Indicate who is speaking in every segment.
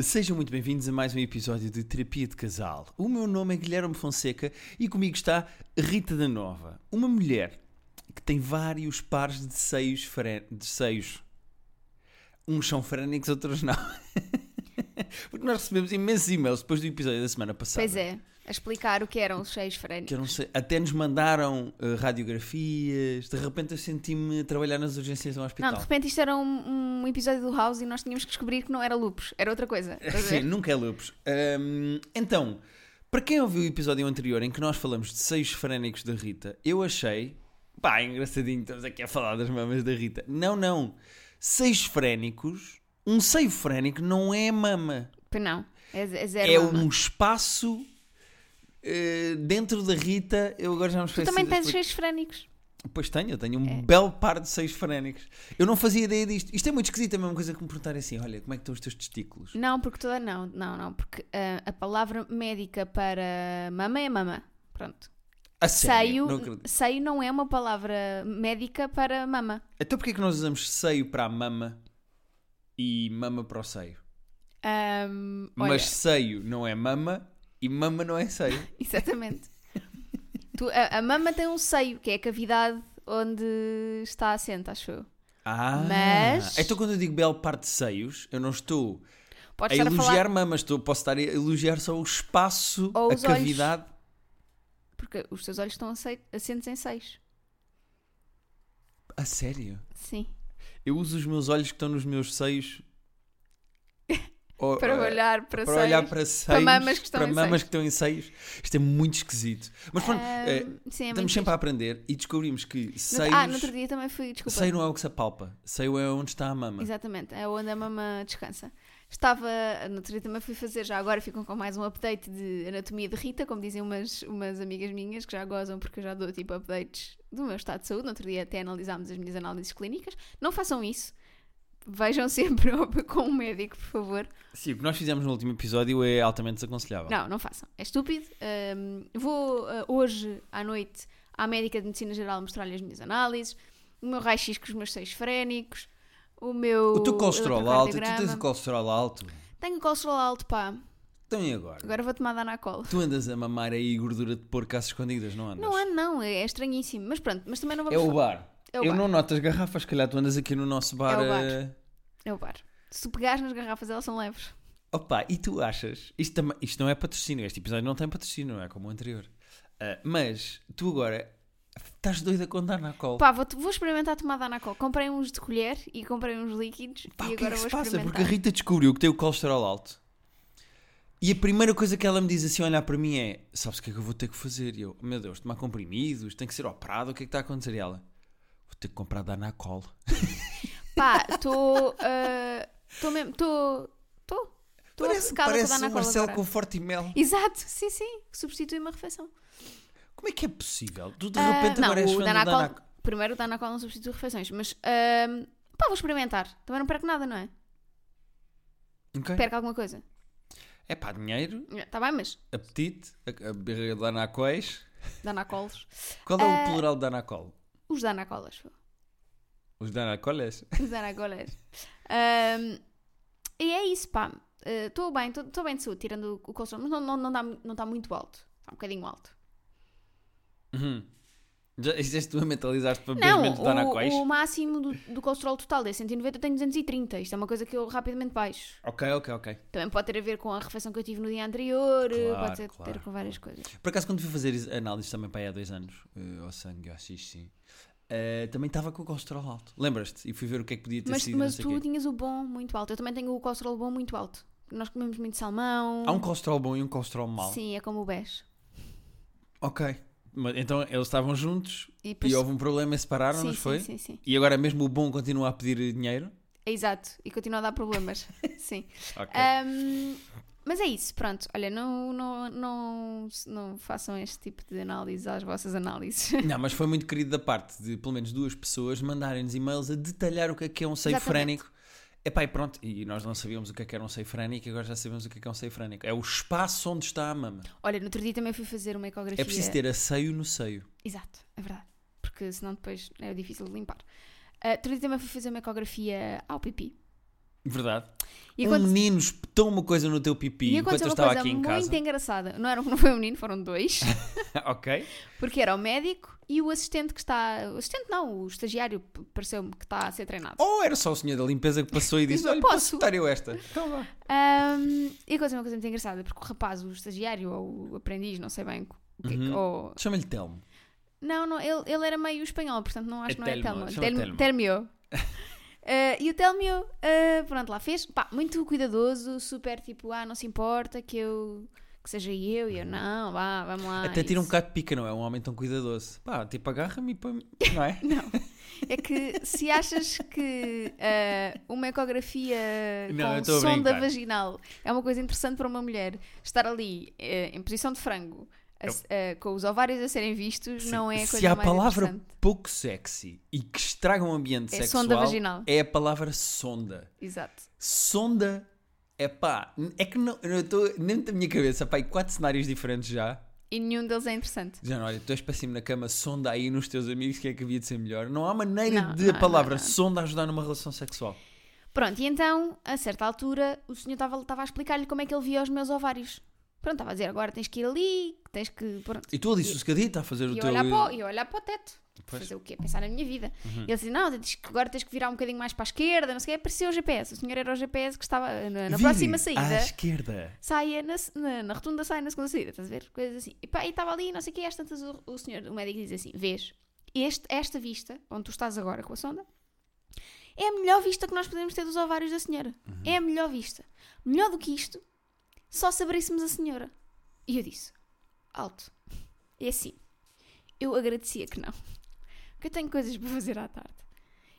Speaker 1: Sejam muito bem-vindos a mais um episódio de Terapia de Casal. O meu nome é Guilherme Fonseca e comigo está Rita da Nova, uma mulher que tem vários pares de seios. fre- De seios. Uns são frénicos, outros não. Porque nós recebemos imensos e-mails depois do episódio da semana passada.
Speaker 2: Pois é, a explicar o que eram os cheios frénicos.
Speaker 1: Que um eu não sei, até nos mandaram eh, radiografias. De repente eu senti-me a trabalhar nas urgências de um hospital.
Speaker 2: Não, de repente isto era um, um episódio do House e nós tínhamos que descobrir que não era lupus, era outra coisa. estás a
Speaker 1: Sim,
Speaker 2: ver?
Speaker 1: nunca é lupus. Hum, então, para quem ouviu o episódio anterior em que nós falamos de seios frénicos da Rita, eu achei. Pá, é engraçadinho, estamos aqui a falar das mamas da Rita. Não, não. Seios frénicos. Um seio frénico não é mama.
Speaker 2: Pois não, é, é zero.
Speaker 1: É
Speaker 2: mama.
Speaker 1: um espaço eh, dentro da Rita. Eu agora já me
Speaker 2: Tu
Speaker 1: esqueci.
Speaker 2: também
Speaker 1: de
Speaker 2: tens É.
Speaker 1: explicar.
Speaker 2: cheios frénicos.
Speaker 1: Pois tenho, eu tenho um belo par de seios frénicos. Eu não fazia ideia disto. Isto é muito esquisito, é a mesma coisa que me perguntarem assim: olha, como é que estão os teus testículos?
Speaker 2: Não, porque toda não, não, não, porque ah, a palavra médica para mama é mama. Pronto.
Speaker 1: A sério?
Speaker 2: Seio
Speaker 1: Não acredito.
Speaker 2: seio não é uma palavra médica para mama.
Speaker 1: Então porquê é que nós usamos seio para a mama e mama para o seio?
Speaker 2: Ahm, olha,
Speaker 1: Mas seio não é mama e mama não é seio.
Speaker 2: Exatamente. Tu- a, a mama tem um seio, que é a cavidade onde está assente, acho eu.
Speaker 1: Ah!
Speaker 2: Mas-
Speaker 1: Então quando eu digo belo par de seios, eu não estou
Speaker 2: Podes
Speaker 1: a
Speaker 2: estar a
Speaker 1: elogiar
Speaker 2: falar
Speaker 1: mamas, estou, posso estar a elogiar só o espaço,
Speaker 2: Ou
Speaker 1: a
Speaker 2: os olhos.
Speaker 1: cavidade.
Speaker 2: Porque os teus olhos estão acei- assentes em seis.
Speaker 1: A sério?
Speaker 2: Sim.
Speaker 1: Eu uso os meus olhos que estão nos meus seios ou- eh,
Speaker 2: Para olhar para,
Speaker 1: para
Speaker 2: seis.
Speaker 1: olhar para seios,
Speaker 2: mamas que estão
Speaker 1: para
Speaker 2: em
Speaker 1: mamas
Speaker 2: seios.
Speaker 1: que estão em seios. Isto é muito esquisito. Mas pronto,
Speaker 2: Ahm,
Speaker 1: eh,
Speaker 2: sim, é
Speaker 1: estamos
Speaker 2: muito
Speaker 1: sempre a aprender e descobrimos que
Speaker 2: giro. No-
Speaker 1: seios...
Speaker 2: Ah, no outro dia também fui, desculpa.
Speaker 1: Seio não é o que se apalpa. Seio é onde está a mama.
Speaker 2: Exatamente, é onde a mama descansa. Estava, no outro dia também fui fazer, já agora ficam com mais um update de anatomia de Rita, como dizem umas, umas amigas minhas que já gozam porque eu já dou tipo updates do meu estado de saúde. No outro dia até analisámos as minhas análises clínicas. Não façam isso. Vejam sempre com um médico, por favor.
Speaker 1: Sim, o que nós fizemos no último episódio é altamente desaconselhável.
Speaker 2: Não, não façam. É estúpido. Ahm, vou ah, hoje à noite à médica de medicina geral mostrar-lhe as minhas análises, o meu raio-x com os meus seis frénicos, o meu.
Speaker 1: O teu colesterol alto, tu tens
Speaker 2: eletrocardiograma.
Speaker 1: o colesterol alto.
Speaker 2: Tenho colesterol alto, pá.
Speaker 1: Então e agora?
Speaker 2: Agora vou tomar Danacol.
Speaker 1: Tu andas a mamar aí gordura de porco às escondidas, não andas?
Speaker 2: Não é, não, é é estranhíssimo. Mas pronto, mas também não
Speaker 1: É
Speaker 2: vamos.
Speaker 1: o
Speaker 2: falar-
Speaker 1: bar.
Speaker 2: É o
Speaker 1: Eu
Speaker 2: bar.
Speaker 1: não noto as garrafas, se calhar tu andas aqui no nosso bar.
Speaker 2: É o bar.
Speaker 1: eh,
Speaker 2: É o bar. Se tu pegares nas garrafas, elas são leves.
Speaker 1: Opa, e tu achas? Isto, também- isto não é patrocínio, este episódio não tem patrocínio, não é como o anterior. Ah, mas tu agora estás doida com dar na cola.
Speaker 2: Pá, vou, vou experimentar tomar Danacol. Comprei uns de colher e comprei uns líquidos
Speaker 1: Pá,
Speaker 2: e
Speaker 1: o que é
Speaker 2: agora
Speaker 1: que se
Speaker 2: vou
Speaker 1: passa?
Speaker 2: experimentar.
Speaker 1: Porque a Rita descobriu que tem o colesterol alto. E a primeira coisa que ela me diz assim, a olhar para mim é: Sabes o que é que eu vou ter que fazer? E eu, meu Deus, tomar comprimidos, tem que ser operado, o que é que está a acontecer? E ela, vou ter que comprar Danacol.
Speaker 2: Pá, estou. Estou mesmo. Estou. Estou. Estou obcecada com
Speaker 1: parece um
Speaker 2: Danacol.
Speaker 1: Marcelo
Speaker 2: agora.
Speaker 1: com forte mel.
Speaker 2: Exato, sim, sim. Substitui uma refeição.
Speaker 1: Como é que é possível? Tu de
Speaker 2: Ah,
Speaker 1: repente
Speaker 2: não,
Speaker 1: agora és
Speaker 2: o
Speaker 1: fã do
Speaker 2: Danacol-
Speaker 1: Danacol.
Speaker 2: Primeiro, o Danacol não substitui refeições, mas. ah, pá, vou experimentar. Também não perco nada, não é?
Speaker 1: Ok?
Speaker 2: Perco alguma coisa.
Speaker 1: É pá, dinheiro,
Speaker 2: Está bem, mas.
Speaker 1: apetite, a, a birra de Danacóis.
Speaker 2: Danacolos.
Speaker 1: Qual é
Speaker 2: Ah.
Speaker 1: o plural de Danacol?
Speaker 2: Os Danacolas. pô.
Speaker 1: Os Danacoles?
Speaker 2: Os Danacolas. Ahm, e é isso, pá. Estou bem, estou bem de saúde, tirando o colesterol. Mas não está não, dá mu- não tá muito alto. Está um bocadinho alto.
Speaker 1: Uhum. Já disseste tu a mentalizaste para beber menos Danacóis?
Speaker 2: Não, o, o máximo do, do colesterol total é 190, eu tenho 230. Isto é uma coisa que eu rapidamente baixo.
Speaker 1: Ok, ok, ok.
Speaker 2: Também pode ter a ver com a refeição que eu tive no dia anterior,
Speaker 1: Claro,
Speaker 2: pode ter,
Speaker 1: claro.
Speaker 2: ter com várias coisas.
Speaker 1: Por acaso, quando fui fazer is- análises também para aí há dois anos, eh, ao sangue, ao xixi, sim, eh, também estava com o colesterol alto. Lembras-te? E fui ver o que é que podia ter
Speaker 2: Mas,
Speaker 1: sido.
Speaker 2: mas
Speaker 1: não sei
Speaker 2: tu
Speaker 1: o quê.
Speaker 2: tinhas o bom muito alto. Eu também tenho o colesterol bom muito alto. Nós comemos muito salmão.
Speaker 1: Há um colesterol bom e um colesterol mau.
Speaker 2: Sim, é como o BES.
Speaker 1: Ok. Mas, então eles estavam juntos
Speaker 2: E,
Speaker 1: e
Speaker 2: depois-
Speaker 1: houve um problema e separaram,
Speaker 2: sim,
Speaker 1: nos foi?
Speaker 2: sim, sim, sim.
Speaker 1: E agora mesmo o bom continua a pedir dinheiro?
Speaker 2: Exato, e continua a dar problemas. Sim.
Speaker 1: Ok.
Speaker 2: Ah. Ahm, mas é isso, pronto. Olha, não, não, não, não façam este tipo de análise às vossas análises.
Speaker 1: Não, mas foi muito querido da parte de pelo menos duas pessoas mandarem-nos e-mails a detalhar o que é que é um seio
Speaker 2: Exatamente.
Speaker 1: frénico. Epá, e pronto, e nós não sabíamos o que é que era um seio frénico e agora já sabemos o que é que é um seio frénico. É o espaço onde está a mama.
Speaker 2: Olha, no outro dia também fui fazer uma ecografia.
Speaker 1: É preciso ter asseio no seio.
Speaker 2: Exato, é verdade. Porque senão depois é difícil de limpar. Ah, outro dia também fui fazer uma ecografia ao pipi.
Speaker 1: Verdade.
Speaker 2: E
Speaker 1: um
Speaker 2: aconteceu-
Speaker 1: menino espetou uma coisa no teu pipi
Speaker 2: E
Speaker 1: enquanto
Speaker 2: aconteceu
Speaker 1: eu
Speaker 2: uma
Speaker 1: estava
Speaker 2: coisa
Speaker 1: aqui em
Speaker 2: muito
Speaker 1: casa.
Speaker 2: engraçada. Não, era, não foi um menino, foram dois.
Speaker 1: ok.
Speaker 2: Porque era o médico e o assistente que está. O assistente não, o estagiário p- pareceu-me que está a ser treinado.
Speaker 1: Ou era só o senhor da limpeza que passou e disse:
Speaker 2: Diz, "Eu
Speaker 1: Olha, posso
Speaker 2: posso."
Speaker 1: espetar eu esta? Então vá.
Speaker 2: Ahm, e aconteceu uma coisa muito engraçada, porque o rapaz, o estagiário ou o aprendiz, não sei bem o que é que-
Speaker 1: Uhum.
Speaker 2: ou-
Speaker 1: Chama-lhe Telmo.
Speaker 2: Não, não, ele, ele era meio espanhol, portanto não acho
Speaker 1: É
Speaker 2: que não é
Speaker 1: Telmo,
Speaker 2: Telmo.
Speaker 1: chama Telmo.
Speaker 2: Telmio. Eh, e o Telmio, eh, pronto, lá fez, pá, muito cuidadoso, super tipo, ah, não se importa que eu, que seja eu, e eu, não, vá, vamos lá.
Speaker 1: Uhum. Até tira um
Speaker 2: Ah, isso.
Speaker 1: bocado de pica, não é? Um homem tão cuidadoso. Pá, tipo, agarra-me e põe-me. Não é?
Speaker 2: É que se achas que eh, uma ecografia
Speaker 1: Não, eu
Speaker 2: com
Speaker 1: estou a
Speaker 2: sonda
Speaker 1: brincar.
Speaker 2: vaginal é uma coisa interessante para uma mulher, estar ali eh, em posição de frango, a-
Speaker 1: Eu-
Speaker 2: eh, com os ovários a serem vistos, não é a coisa
Speaker 1: Se há
Speaker 2: mais
Speaker 1: palavra
Speaker 2: interessante.
Speaker 1: pouco sexy e que estraga um ambiente
Speaker 2: É
Speaker 1: sexual,
Speaker 2: sonda vaginal.
Speaker 1: é a palavra sonda.
Speaker 2: Exato.
Speaker 1: Sonda é pá, é que não, eu estou dentro da minha cabeça, pá, e quatro cenários diferentes já.
Speaker 2: E nenhum deles é interessante.
Speaker 1: Já não, olha, tu és para cima na cama, sonda aí nos teus amigos, que é que havia de ser melhor. Não há maneira
Speaker 2: Não,
Speaker 1: de
Speaker 2: não,
Speaker 1: a palavra
Speaker 2: não, não.
Speaker 1: sonda ajudar numa relação sexual.
Speaker 2: Pronto, e então, a certa altura, o senhor estava estava a explicar-lhe como é que ele via os meus ovários. Pronto, estava a dizer, agora tens que ir ali, que tens que... Pronto.
Speaker 1: E tu ali sossegadita a fazer o
Speaker 2: E eu
Speaker 1: teu.
Speaker 2: olhar, para, o- e eu olhar para o teto.
Speaker 1: Pois. Uhum.
Speaker 2: Fazer o quê? Pensar na minha vida. E ele disse, não, tens que- agora tens que virar um bocadinho mais para a esquerda, não sei o quê. Parecia o GPS. O senhor era o GPS que estava na, na
Speaker 1: Vire
Speaker 2: próxima
Speaker 1: À
Speaker 2: saída.
Speaker 1: esquerda.
Speaker 2: Saia na, se- na, na rotunda, saia na segunda saída. Estás a ver? Coisas assim. E pá, e estava ali, não sei o quê. Às tantas o, o senhor, o médico diz assim, vês, este, esta vista, onde tu estás agora com a sonda, é a melhor vista que nós podemos ter dos ovários da senhora. É a melhor vista. Melhor do que isto, só se abríssemos a senhora. E eu disse, alto. E assim, eu agradecia que não. Porque eu tenho coisas para fazer à tarde.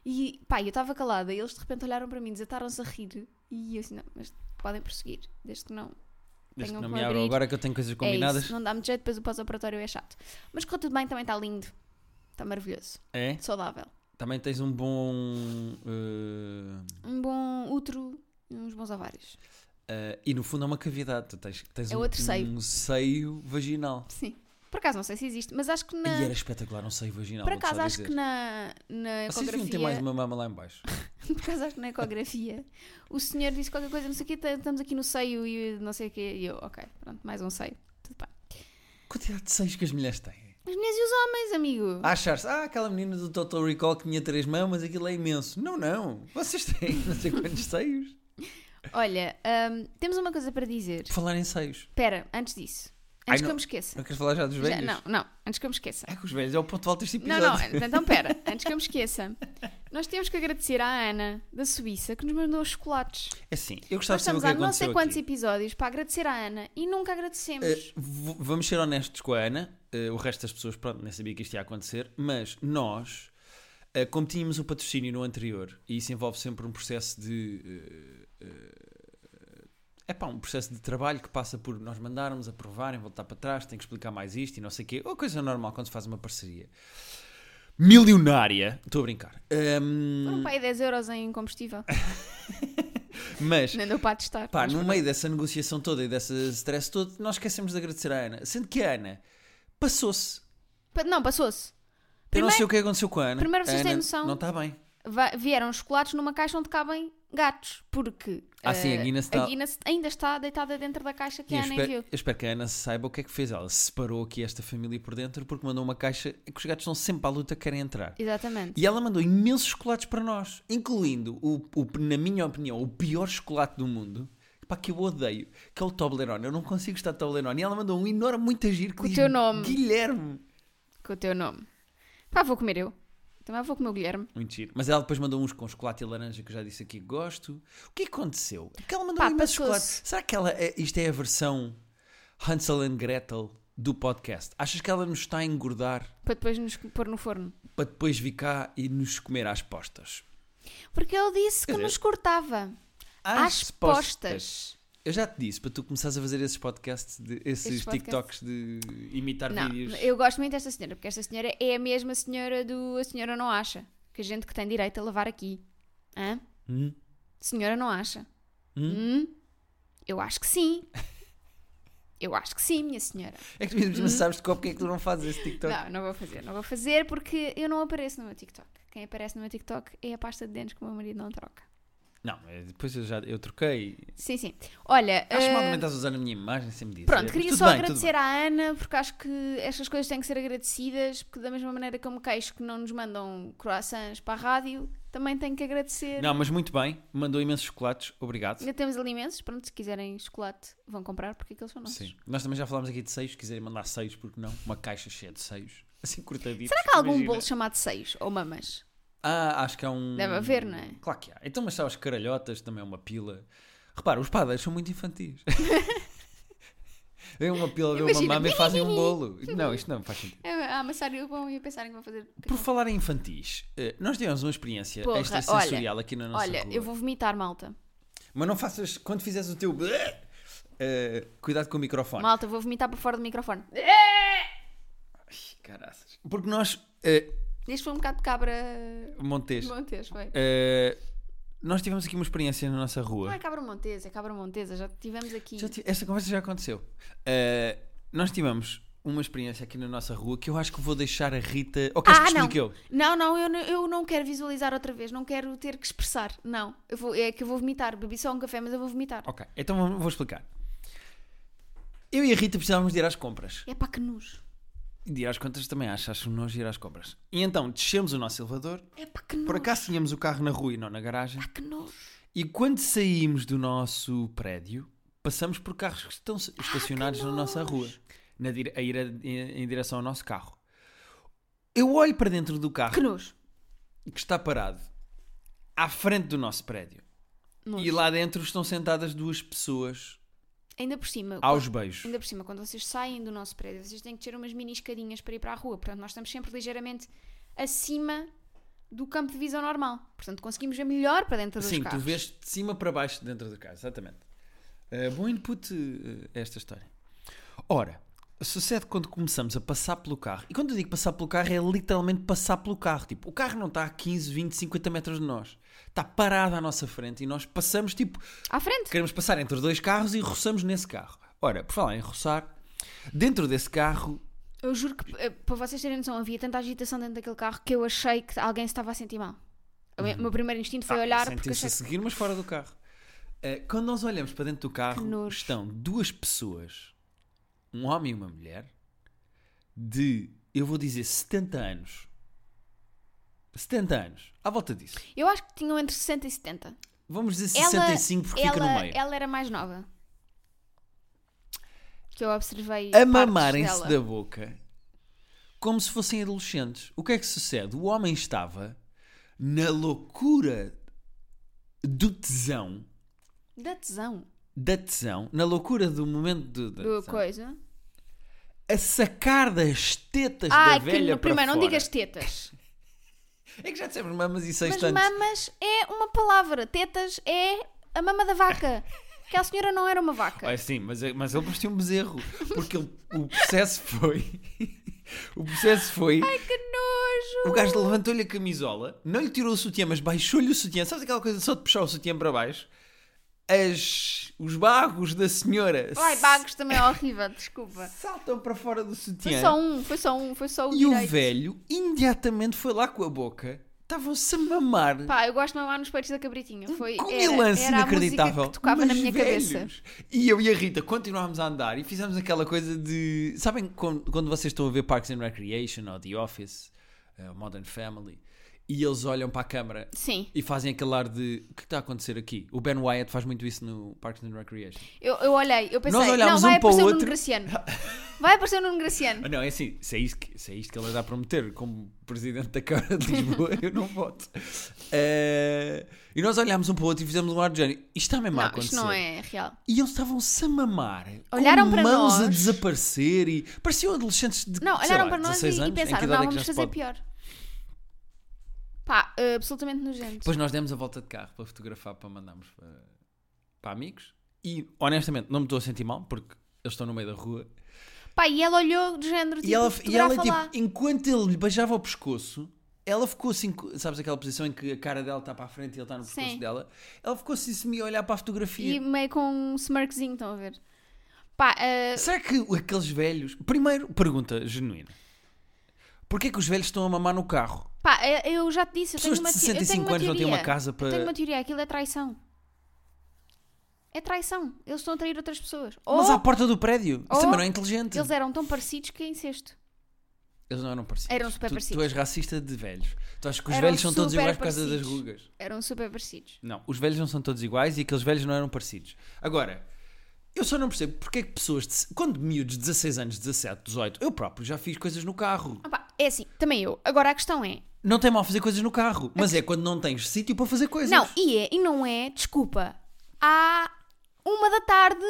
Speaker 2: E pá, eu estava calada e eles de repente olharam para mim, desataram-se a rir. E eu assim, não, mas podem prosseguir, desde que não.
Speaker 1: Desde que não
Speaker 2: Tenham que
Speaker 1: me abram
Speaker 2: abrir.
Speaker 1: agora que eu tenho coisas
Speaker 2: um É
Speaker 1: combinadas.
Speaker 2: isso, não dá muito jeito, depois o pós-operatório é chato. Mas correu tudo bem, também está lindo. Está maravilhoso.
Speaker 1: É?
Speaker 2: Saudável.
Speaker 1: Também tens um bom. eh,
Speaker 2: Um bom útero e uns bons ovários.
Speaker 1: eh, e no fundo é uma cavidade. Tu tens, tens
Speaker 2: É
Speaker 1: um,
Speaker 2: outro seio.
Speaker 1: um seio vaginal.
Speaker 2: Sim. Por acaso não sei se existe, mas acho que na.
Speaker 1: E era espetacular um seio vaginal.
Speaker 2: Por
Speaker 1: vou-te
Speaker 2: acaso
Speaker 1: só
Speaker 2: acho
Speaker 1: dizer.
Speaker 2: que na, na
Speaker 1: Vocês deviam ter
Speaker 2: ecografia.
Speaker 1: mais uma mama lá em baixo.
Speaker 2: Por acaso acho que na ecografia o senhor disse qualquer coisa, não sei o quê, estamos aqui no seio e não sei o quê. E eu, ok, pronto, mais um seio. Tudo bem.
Speaker 1: Quantidade de seios que as mulheres têm.
Speaker 2: As mulheres e os homens, amigo.
Speaker 1: A Achar-se, ah, aquela menina do Total Recall que tinha três mamas, aquilo é imenso. Não, não. Vocês têm não sei quantos seios. Ah.
Speaker 2: Olha, hum, temos uma coisa para dizer.
Speaker 1: Por falar em seios.
Speaker 2: Espera, antes disso.
Speaker 1: Ai,
Speaker 2: Antes que
Speaker 1: não.
Speaker 2: eu me esqueça.
Speaker 1: Não queres falar já dos
Speaker 2: Já-
Speaker 1: velhos?
Speaker 2: não, não, antes que eu me esqueça.
Speaker 1: É que os velhos é o ponto alto deste
Speaker 2: Não,
Speaker 1: episódio.
Speaker 2: não, então espera, antes que eu me esqueça. Nós temos que agradecer à Ana, da Suíça, que nos mandou os chocolates.
Speaker 1: É assim, eu gostava
Speaker 2: Nós
Speaker 1: de saber o
Speaker 2: estamos
Speaker 1: que
Speaker 2: há não sei
Speaker 1: aconteceu
Speaker 2: quantos
Speaker 1: aqui.
Speaker 2: episódios para agradecer à Ana e nunca agradecemos.
Speaker 1: Eh, v- vamos ser honestos com a Ana. Eh, o resto das pessoas, pronto, nem sabia que isto ia acontecer. Mas nós, eh, como tínhamos o patrocínio no anterior, e isso envolve sempre um processo de. eh, eh, é pá, um processo de trabalho que passa por nós mandarmos, aprovarem, voltar para trás, tem que explicar mais isto e não sei o quê. Ou coisa normal quando se faz uma parceria. Milionária! Estou a brincar. Ehm, Ahm,
Speaker 2: Foram para aí 10 euros em combustível.
Speaker 1: mas.
Speaker 2: Nem deu para testar.
Speaker 1: Pá, no meio dessa negociação toda e desse stress todo, nós esquecemos de agradecer à Ana. Sendo que a Ana passou-se.
Speaker 2: Não, passou-se.
Speaker 1: Eu não
Speaker 2: Primeiro-
Speaker 1: sei o que aconteceu com a Ana.
Speaker 2: primeiro vocês
Speaker 1: a Ana
Speaker 2: têm noção-
Speaker 1: Não está bem.
Speaker 2: Va- vieram os chocolates numa caixa onde cabem gatos, porque
Speaker 1: Ah, sim, a
Speaker 2: eh,
Speaker 1: Guinness está-
Speaker 2: Guinness ainda está deitada dentro da caixa que
Speaker 1: E
Speaker 2: a
Speaker 1: eu,
Speaker 2: Ana
Speaker 1: espero,
Speaker 2: enviou.
Speaker 1: eu espero que a Ana saiba o que é que fez. Ela separou aqui esta família por dentro porque mandou uma caixa que os gatos estão sempre à luta, querem entrar.
Speaker 2: Exatamente.
Speaker 1: E ela mandou imensos chocolates para nós, incluindo, o, o- na minha opinião, o pior chocolate do mundo. Pá, que eu odeio, que é o Toblerone. Eu não consigo estar de Toblerone. E ela mandou um enorme, muito agir que
Speaker 2: Com o
Speaker 1: diz
Speaker 2: teu nome.
Speaker 1: Guilherme.
Speaker 2: Com o teu nome. Pá, vou comer eu. Também vou comer o Guilherme.
Speaker 1: Muito giro. Mas ela depois mandou uns com chocolate e laranja que eu já disse aqui que gosto. O que é que aconteceu? É que ela mandou
Speaker 2: Pá,
Speaker 1: imenso chocolate.
Speaker 2: passou-se.
Speaker 1: Será que ela é- isto é a versão Hansel and Gretel do podcast? Achas que ela nos está a engordar
Speaker 2: Para depois nos pôr no forno.
Speaker 1: para depois vir cá e nos comer às postas?
Speaker 2: Porque ele disse
Speaker 1: Quer
Speaker 2: que
Speaker 1: dizer-
Speaker 2: nos cortava. Às postas.
Speaker 1: Eu já te disse para tu começares a fazer esses podcasts, de- esses
Speaker 2: Esses podcasts.
Speaker 1: TikToks de imitar
Speaker 2: Não,
Speaker 1: vídeos.
Speaker 2: eu gosto muito desta senhora, porque esta senhora é a mesma senhora do A Senhora Não Acha. Que a gente que tem direito a lavar aqui. Hã?
Speaker 1: Hum?
Speaker 2: Senhora Não Acha. Hum? Eu acho que sim. Eu acho que sim, minha senhora.
Speaker 1: É que tu mesmo sabes de qual porque é que tu não fazes esse TikTok.
Speaker 2: Uhum. Não, não vou fazer, não vou fazer porque eu não apareço no meu TikTok. Quem aparece no meu TikTok é a pasta de dentes que o meu marido não troca.
Speaker 1: Não, eh, depois eu já eu troquei.
Speaker 2: Sim, sim. Olha,
Speaker 1: Acho mal
Speaker 2: eh,
Speaker 1: também estás a usar a minha imagem sem me dizer.
Speaker 2: pronto,
Speaker 1: Mas
Speaker 2: queria
Speaker 1: tudo
Speaker 2: só
Speaker 1: bem, tudo
Speaker 2: agradecer à Ana, porque acho que estas coisas têm que ser agradecidas, porque da mesma maneira que eu me queixo que não nos mandam croissants para a rádio, também tenho que agradecer.
Speaker 1: bem. Não, mas muito bem. Mandou imensos chocolates. Obrigado.
Speaker 2: Ainda temos ali imensos, pronto, se quiserem chocolate, vão comprar, porque aqueles são nossos.
Speaker 1: Sim. Nós também já falámos aqui de seios. Se quiserem mandar seios, porque não? Uma caixa cheia de seios. Assim cortadito.
Speaker 2: Será que há algum bolo chamado seis ou mamas?
Speaker 1: Ah, acho que há um.
Speaker 2: Deve haver, não é?
Speaker 1: Claro que há. Então, mas sabe, as caralhotas também é uma pila. Repara, os padeiros são muito infantis. Vem uma pila, vem uma
Speaker 2: Imagina,
Speaker 1: mama e fazem um bolo. Não, isto não faz sentido.
Speaker 2: É, A amassar o pão e a pensarem que vão fazer.
Speaker 1: Por falar em infantis, eh, nós tivemos uma experiência
Speaker 2: Porra,
Speaker 1: extrasensorial aqui na nossa
Speaker 2: Olha,
Speaker 1: rua.
Speaker 2: eu vou vomitar, malta.
Speaker 1: Mas não faças, quando fizeres o teu... eh, cuidado com o microfone.
Speaker 2: Malta, vou vomitar para fora do microfone.
Speaker 1: Ai, Caraças. Porque nós, eh,
Speaker 2: Este foi um bocado de cabra.
Speaker 1: Montes,
Speaker 2: Montes, foi.
Speaker 1: eh, nós tivemos aqui uma experiência na nossa rua.
Speaker 2: Não é cabra Montesa, é cabra Montesa, já tivemos aqui.
Speaker 1: Já tive- esta conversa já aconteceu. Uh, nós tivemos uma experiência aqui na nossa rua que eu acho que vou deixar a Rita. Ou queres
Speaker 2: Ah,
Speaker 1: que te
Speaker 2: não.
Speaker 1: explique eu?
Speaker 2: Não, não eu, não, eu não quero visualizar outra vez, não quero ter que expressar. Não, eu vou- é que eu vou vomitar. Bebi só um café, mas eu vou vomitar.
Speaker 1: Ok, então vou- vou explicar. Eu e a Rita precisávamos de ir às compras.
Speaker 2: É pá, que nos.
Speaker 1: De ir às compras também acho, acho nós ir às compras. E então descemos o nosso elevador.
Speaker 2: É pá, que nos.
Speaker 1: Por acaso tínhamos o carro na rua e não na garagem.
Speaker 2: Pá, que nos.
Speaker 1: E quando saímos do nosso prédio, passamos por carros que estão estacionados na nossa rua, na dire- a ir a- em em direção ao nosso carro. Eu olho para dentro do carro
Speaker 2: Que nos.
Speaker 1: que está parado à frente do nosso prédio.
Speaker 2: Nos.
Speaker 1: E lá dentro estão sentadas duas pessoas
Speaker 2: Ainda por cima.
Speaker 1: aos beijos.
Speaker 2: Ainda por cima, quando vocês saem do nosso prédio, vocês têm que ter umas mini escadinhas para ir para a rua. Portanto, nós estamos sempre ligeiramente acima do campo de visão normal. Portanto, conseguimos ver melhor para dentro dos
Speaker 1: Sim, tu
Speaker 2: carros.
Speaker 1: vês de cima para baixo dentro do carro, exatamente. Eh, bom input eh, a esta história. Ora, sucede quando começamos a passar pelo carro, e quando eu digo passar pelo carro, é literalmente passar pelo carro. Tipo, o carro não está a 15, 20, 50 metros de nós. Está parado à nossa frente e nós passamos, tipo,
Speaker 2: À frente.
Speaker 1: Queremos passar entre dois carros e roçamos nesse carro. Ora, por falar em roçar, dentro desse carro
Speaker 2: Eu juro que, eh, para vocês terem noção, havia tanta agitação dentro daquele carro que eu achei que alguém se estava a sentir mal. O meu- meu primeiro instinto foi
Speaker 1: Ah,
Speaker 2: olhar porque
Speaker 1: sentiu-se
Speaker 2: achei
Speaker 1: a
Speaker 2: que...
Speaker 1: seguir, mas fora do carro. Eh, quando nós olhamos para dentro do
Speaker 2: Que
Speaker 1: carro,
Speaker 2: nojo.
Speaker 1: estão duas pessoas, um homem e uma mulher, de, eu vou dizer, 70 anos. 70 anos. À volta disso.
Speaker 2: Eu acho que tinham entre 60 e 70.
Speaker 1: Vamos dizer
Speaker 2: Ela-
Speaker 1: 65 porque fica no
Speaker 2: ela-
Speaker 1: meio.
Speaker 2: Ela era mais nova. Que eu observei
Speaker 1: a
Speaker 2: partes
Speaker 1: mamarem-se
Speaker 2: dela.
Speaker 1: da boca como se fossem adolescentes. O que é que sucede? O homem estava na loucura do tesão,
Speaker 2: Da tesão.
Speaker 1: da tesão, na loucura do momento do, da
Speaker 2: Do
Speaker 1: tesão,
Speaker 2: coisa.
Speaker 1: a sacar das tetas
Speaker 2: Ai,
Speaker 1: da
Speaker 2: que
Speaker 1: velha
Speaker 2: no- primeiro,
Speaker 1: para
Speaker 2: não
Speaker 1: fora.
Speaker 2: digas tetas.
Speaker 1: É que já dissemos mamas e seis
Speaker 2: Mas
Speaker 1: tantos.
Speaker 2: mamas é uma palavra. Tetas é a mama da vaca. Aquela senhora não era uma vaca.
Speaker 1: Ah, sim, mas, mas ele parecia um bezerro. Porque ele- o processo foi... o processo foi...
Speaker 2: Ai, que nojo!
Speaker 1: O gajo levantou-lhe a camisola, não lhe tirou o sutiã, mas baixou-lhe o sutiã. Sabes aquela coisa de só de puxar o sutiã para baixo? As, os bagos da senhora
Speaker 2: Ai,
Speaker 1: s-
Speaker 2: bagos também é horrível, desculpa.
Speaker 1: saltam para fora do
Speaker 2: Foi
Speaker 1: sutiã.
Speaker 2: só um, foi só um, foi só o
Speaker 1: e
Speaker 2: direito.
Speaker 1: o velho imediatamente foi lá com a boca. Estavam-se a mamar.
Speaker 2: Pá, eu gosto de mamar nos peitos da cabritinha. Foi,
Speaker 1: com
Speaker 2: era,
Speaker 1: um lance
Speaker 2: era a
Speaker 1: inacreditável.
Speaker 2: música que tocava na
Speaker 1: Mas
Speaker 2: minha
Speaker 1: velhos.
Speaker 2: cabeça.
Speaker 1: E eu e a Rita continuámos a andar e fizemos aquela coisa de. Sabem quando, quando vocês estão a ver Parks and Recreation ou The Office, eh, Modern Family, e eles olham para a câmara
Speaker 2: Sim,
Speaker 1: E fazem aquele ar de o que está a acontecer aqui? O Ben Wyatt faz muito isso no Parks and Recreation.
Speaker 2: eu, eu olhei, eu pensei, não,
Speaker 1: olhámos
Speaker 2: vai
Speaker 1: um para o
Speaker 2: aparecer o Nuno
Speaker 1: outro.
Speaker 2: Graciano. Vai aparecer o Nuno Graciano.
Speaker 1: Ah, não, é assim, se é, isto que, se é isto que ele anda a prometer como presidente da Câmara de Lisboa, eu não voto. Eh, e nós olhámos um para o outro e fizemos um ar de género. Isto está mesmo a
Speaker 2: Não,
Speaker 1: acontecer.
Speaker 2: isto não é real.
Speaker 1: E eles estavam-se a mamar.
Speaker 2: Olharam
Speaker 1: com
Speaker 2: para
Speaker 1: mãos a
Speaker 2: nós.
Speaker 1: desaparecer e pareciam adolescentes de
Speaker 2: Não,
Speaker 1: sei
Speaker 2: olharam
Speaker 1: lá,
Speaker 2: para nós
Speaker 1: 16
Speaker 2: e,
Speaker 1: anos,
Speaker 2: e
Speaker 1: em que
Speaker 2: pensaram,
Speaker 1: idade é
Speaker 2: não,
Speaker 1: que
Speaker 2: vamos
Speaker 1: já se
Speaker 2: fazer
Speaker 1: pode?
Speaker 2: pior. Pá, eh, absolutamente nojento.
Speaker 1: Depois nós demos a volta de carro para fotografar, para mandarmos para, para amigos. E honestamente, não me estou a sentir mal porque eles estão no meio da rua
Speaker 2: Pá, e ela olhou do género, tipo,
Speaker 1: E ela, e ela
Speaker 2: fotografa lá.
Speaker 1: tipo, enquanto ele lhe beijava o pescoço, ela ficou assim, co- sabes aquela posição em que a cara dela está para a frente e ele está no pescoço
Speaker 2: Sim.
Speaker 1: dela? Ela ficou assim, se me olhar para a
Speaker 2: E
Speaker 1: fotografia.
Speaker 2: meio com um smirkzinho, estão a ver? Pá, eh,
Speaker 1: Será que aqueles velhos. Primeiro, pergunta genuína: porquê é que os velhos estão a mamar no carro?
Speaker 2: Pá, eu- eu já te disse, eu
Speaker 1: Pessoas
Speaker 2: tenho uma,
Speaker 1: de
Speaker 2: te- eu tenho
Speaker 1: 65
Speaker 2: uma
Speaker 1: anos não têm uma
Speaker 2: teoria.
Speaker 1: casa
Speaker 2: Eu tenho
Speaker 1: para.
Speaker 2: uma teoria, aquilo é traição. É traição. Eles estão a trair outras pessoas. Ou
Speaker 1: Mas à porta do prédio. Isso
Speaker 2: ou-
Speaker 1: também não é inteligente.
Speaker 2: Oh! eles eram tão parecidos que é incesto.
Speaker 1: Eles não eram parecidos.
Speaker 2: Eram super
Speaker 1: tu,
Speaker 2: parecidos.
Speaker 1: Tu és racista de velhos. Tu achas que os
Speaker 2: Eram
Speaker 1: velhos são todos
Speaker 2: super
Speaker 1: iguais por causa das
Speaker 2: parecidos.
Speaker 1: rugas.
Speaker 2: Eram super parecidos.
Speaker 1: Não, os velhos não são todos iguais e aqueles velhos não eram parecidos. Agora, eu só não percebo porque é que pessoas, de, quando miúdos de 16 anos, 17, 18, eu próprio já fiz coisas no carro.
Speaker 2: Ah pá, é assim, também eu. Agora a questão é.
Speaker 1: Não tem mal fazer coisas no carro, mas é quando não tens sítio para fazer coisas.
Speaker 2: Não, e é, e não é, desculpa. Há uma da tarde.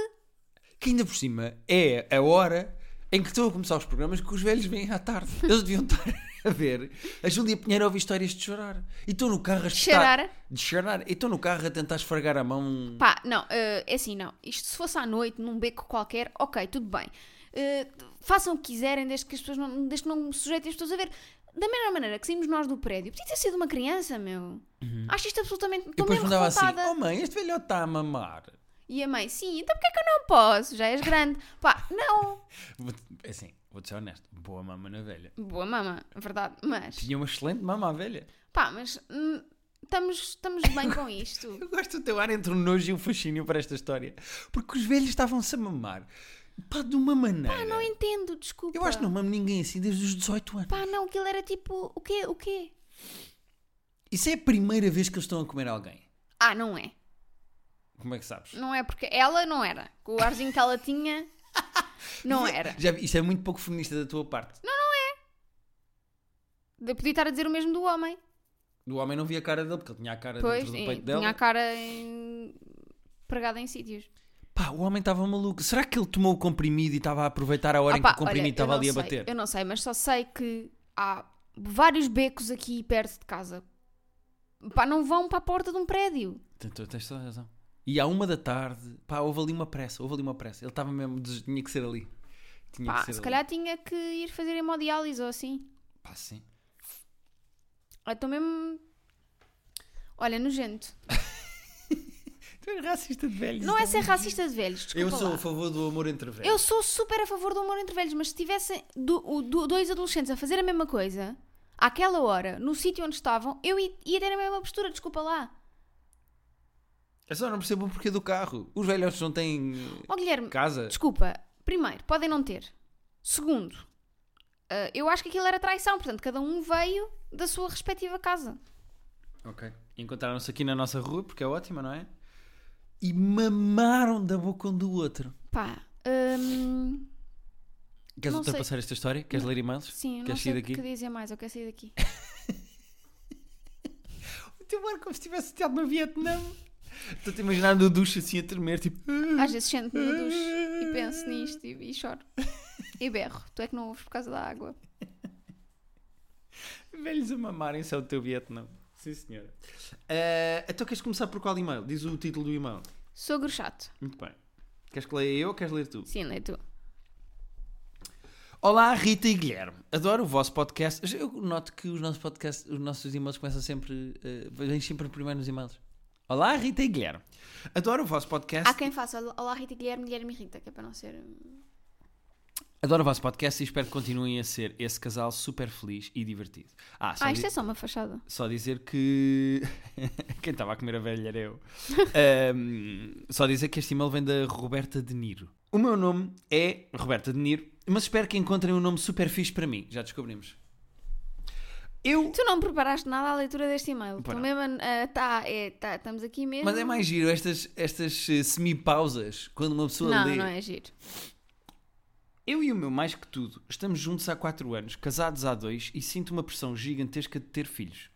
Speaker 1: Que ainda por cima é a hora em que estão a começar os programas que os velhos vêm à tarde. Eles deviam estar a ver. A Júlia Pinheiro ouve histórias de chorar. E estou no carro a espetar-
Speaker 2: Cheirar?
Speaker 1: De chorar. E estou no carro a tentar esfregar a mão.
Speaker 2: Pá, não, eh, é assim, não. Isto se fosse à noite, num beco qualquer, ok, tudo bem. Eh, façam o que quiserem, desde que as pessoas não, desde que não me sujeitem as pessoas a ver. Da mesma maneira que saímos nós do prédio, podia ter sido uma criança, meu. Acho isto absolutamente.
Speaker 1: Uhum. E
Speaker 2: Estou
Speaker 1: depois
Speaker 2: mesmo
Speaker 1: me dava assim:
Speaker 2: revoltada.
Speaker 1: Oh mãe, este velhote está a mamar.
Speaker 2: E a mãe, sim, então porquê que eu não posso? Já és grande. Pá, não.
Speaker 1: Vou- é assim, vou-te ser honesto. Boa mama na velha.
Speaker 2: Boa mama, verdade, mas.
Speaker 1: Tinha uma excelente mama à velha.
Speaker 2: Pá, mas. hum, estamos, estamos bem com isto.
Speaker 1: Eu gosto do teu ar entre um nojo e um fascínio para esta história. Porque os velhos estavam-se a mamar. Pá, de uma maneira.
Speaker 2: Pá, não entendo, desculpa.
Speaker 1: eu acho que não mamo ninguém assim desde os 18 anos.
Speaker 2: Pá, não, aquilo era tipo. O quê? O quê?
Speaker 1: Isso é a primeira vez que eles estão a comer alguém.
Speaker 2: Ah, não é.
Speaker 1: Como é que sabes?
Speaker 2: Não é porque ela não era. Com o arzinho que ela tinha, não era.
Speaker 1: Já, vi- isto é muito pouco feminista da tua parte.
Speaker 2: Eu podia estar a dizer o mesmo do homem.
Speaker 1: O homem não via a cara dele, porque ele tinha a cara
Speaker 2: Pois,
Speaker 1: dentro do
Speaker 2: e
Speaker 1: peito dela.
Speaker 2: tinha a cara em... pregada em sítios.
Speaker 1: Pá, o homem estava maluco. Será que ele tomou o comprimido e estava a aproveitar a hora
Speaker 2: Ah
Speaker 1: em
Speaker 2: pá,
Speaker 1: que o comprimido
Speaker 2: olha, eu
Speaker 1: estava
Speaker 2: não
Speaker 1: ali a
Speaker 2: sei,
Speaker 1: bater?
Speaker 2: Eu não sei, mas só sei que há vários becos aqui perto de casa. Pá, não vão para a porta de um prédio.
Speaker 1: Tem- tu- Tens toda a razão. E à uma da tarde, pá, houve ali uma pressa, houve ali uma pressa. Ele estava mesmo, des- tinha que ser ali. Tinha
Speaker 2: Pá,
Speaker 1: que ser
Speaker 2: se
Speaker 1: ali.
Speaker 2: calhar tinha que ir fazer hemodiálise ou assim.
Speaker 1: Pá, sim.
Speaker 2: Ah, Estou mesmo. Olha, nojento.
Speaker 1: Tu és racista de velhos. então.
Speaker 2: Não é ser racista de velhos,
Speaker 1: um Eu
Speaker 2: desculpa.
Speaker 1: sou
Speaker 2: lá.
Speaker 1: a favor do amor entre velhos.
Speaker 2: Eu sou super a favor do amor entre velhos, mas se tivessem do- o- do- dois adolescentes a fazer a mesma coisa, àquela hora, no sítio onde estavam, eu i- ia ter a mesma postura, desculpa lá.
Speaker 1: Eu É só não percebo o porquê do carro. Os velhos não têm eh,
Speaker 2: Ó Guilherme,
Speaker 1: casa.
Speaker 2: desculpa, primeiro, podem não ter. Segundo, ah, eu acho que aquilo era traição, portanto, cada um veio da sua respectiva casa.
Speaker 1: Ok. Encontraram-se aqui na nossa rua, porque é ótima, não é? E mamaram da boca um do outro.
Speaker 2: Pá, hum,
Speaker 1: Queres
Speaker 2: Não
Speaker 1: ultrapassar esta história? Queres ler e-mails?
Speaker 2: sim, eu não
Speaker 1: Queres
Speaker 2: sei
Speaker 1: sair
Speaker 2: o que
Speaker 1: daqui?
Speaker 2: dizer mais, eu quero sair daqui.
Speaker 1: O teu ar como se tivesse estado no Vietnã. Estou-te a imaginar no duche assim a tremer, tipo...
Speaker 2: Às vezes sento-me no duche e penso nisto e, e choro. E berro, tu é que não ouves por causa da água.
Speaker 1: Velhos a mamarem-se ao teu Vietnã. Sim, senhora. Eh, então queres começar por qual e-mail? Diz o título do e-mail.
Speaker 2: Sogro chato.
Speaker 1: Muito bem. Queres que leia eu ou queres ler tu?
Speaker 2: Sim, lê tu.
Speaker 1: Olá, Rita e Guilherme. Adoro o vosso podcast. Eu noto que os nossos podcasts, os nossos e-mails começam sempre, eh, vêm sempre primeiro nos e-mails. Olá, Rita e Guilherme. Adoro o vosso podcast.
Speaker 2: Há quem faça "Olá- Olá Rita Guilherme, Guilherme e Rita, que é para não ser.
Speaker 1: Adoro o vosso podcast e espero que continuem a ser esse casal super feliz e divertido. Ah, só,
Speaker 2: Ah,
Speaker 1: di-
Speaker 2: isto é só uma fachada.
Speaker 1: só dizer que. Quem estava a comer a velha era eu. Ahm, só dizer que este e-mail vem da Roberta De Niro. O meu nome é Roberta De Niro, mas espero que encontrem um nome super fixe para mim. Já descobrimos. Eu
Speaker 2: Tu não me preparaste nada à leitura deste e-mail.
Speaker 1: Pá,
Speaker 2: Tu
Speaker 1: não.
Speaker 2: mesmo. ah, tá, é, tá, estamos aqui mesmo.
Speaker 1: Mas é mais giro estas, estas eh, semipausas quando uma pessoa
Speaker 2: Não,
Speaker 1: lê.
Speaker 2: não é giro.
Speaker 1: Eu e o meu, mais que tudo, estamos juntos há 4 anos, casados há 2 e sinto uma pressão gigantesca de ter filhos.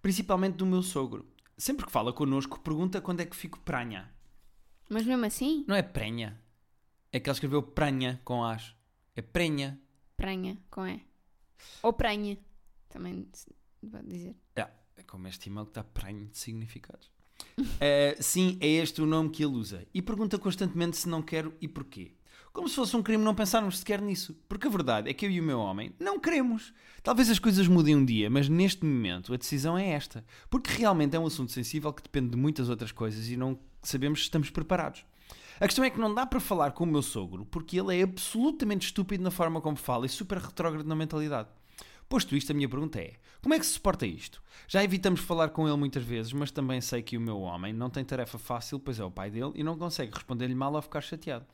Speaker 1: Principalmente do meu sogro. Sempre que fala connosco, pergunta quando é que fico pranha.
Speaker 2: Mas mesmo assim,
Speaker 1: Não é prenha. É que ele escreveu pranha com as. É prenha.
Speaker 2: pranha, com é. Ou pranha. Também se pode dizer.
Speaker 1: Ah, é como este e-mail que está prenho de significados. Ah, sim, é este o nome que ele usa. E pergunta constantemente se não quero e porquê. Como se fosse um crime não pensarmos sequer nisso. Porque a verdade é que eu e o meu homem não queremos. Talvez as coisas mudem um dia, mas neste momento a decisão é esta. Porque realmente é um assunto sensível que depende de muitas outras coisas e não sabemos se estamos preparados. A questão é que não dá para falar com o meu sogro porque ele é absolutamente estúpido na forma como fala e super retrógrado na mentalidade. Posto isto, a minha pergunta é: como é que se suporta isto? Já evitamos falar com ele muitas vezes, mas também sei que o meu homem não tem tarefa fácil, pois é o pai dele, e não consegue responder-lhe mal ou ficar chateado.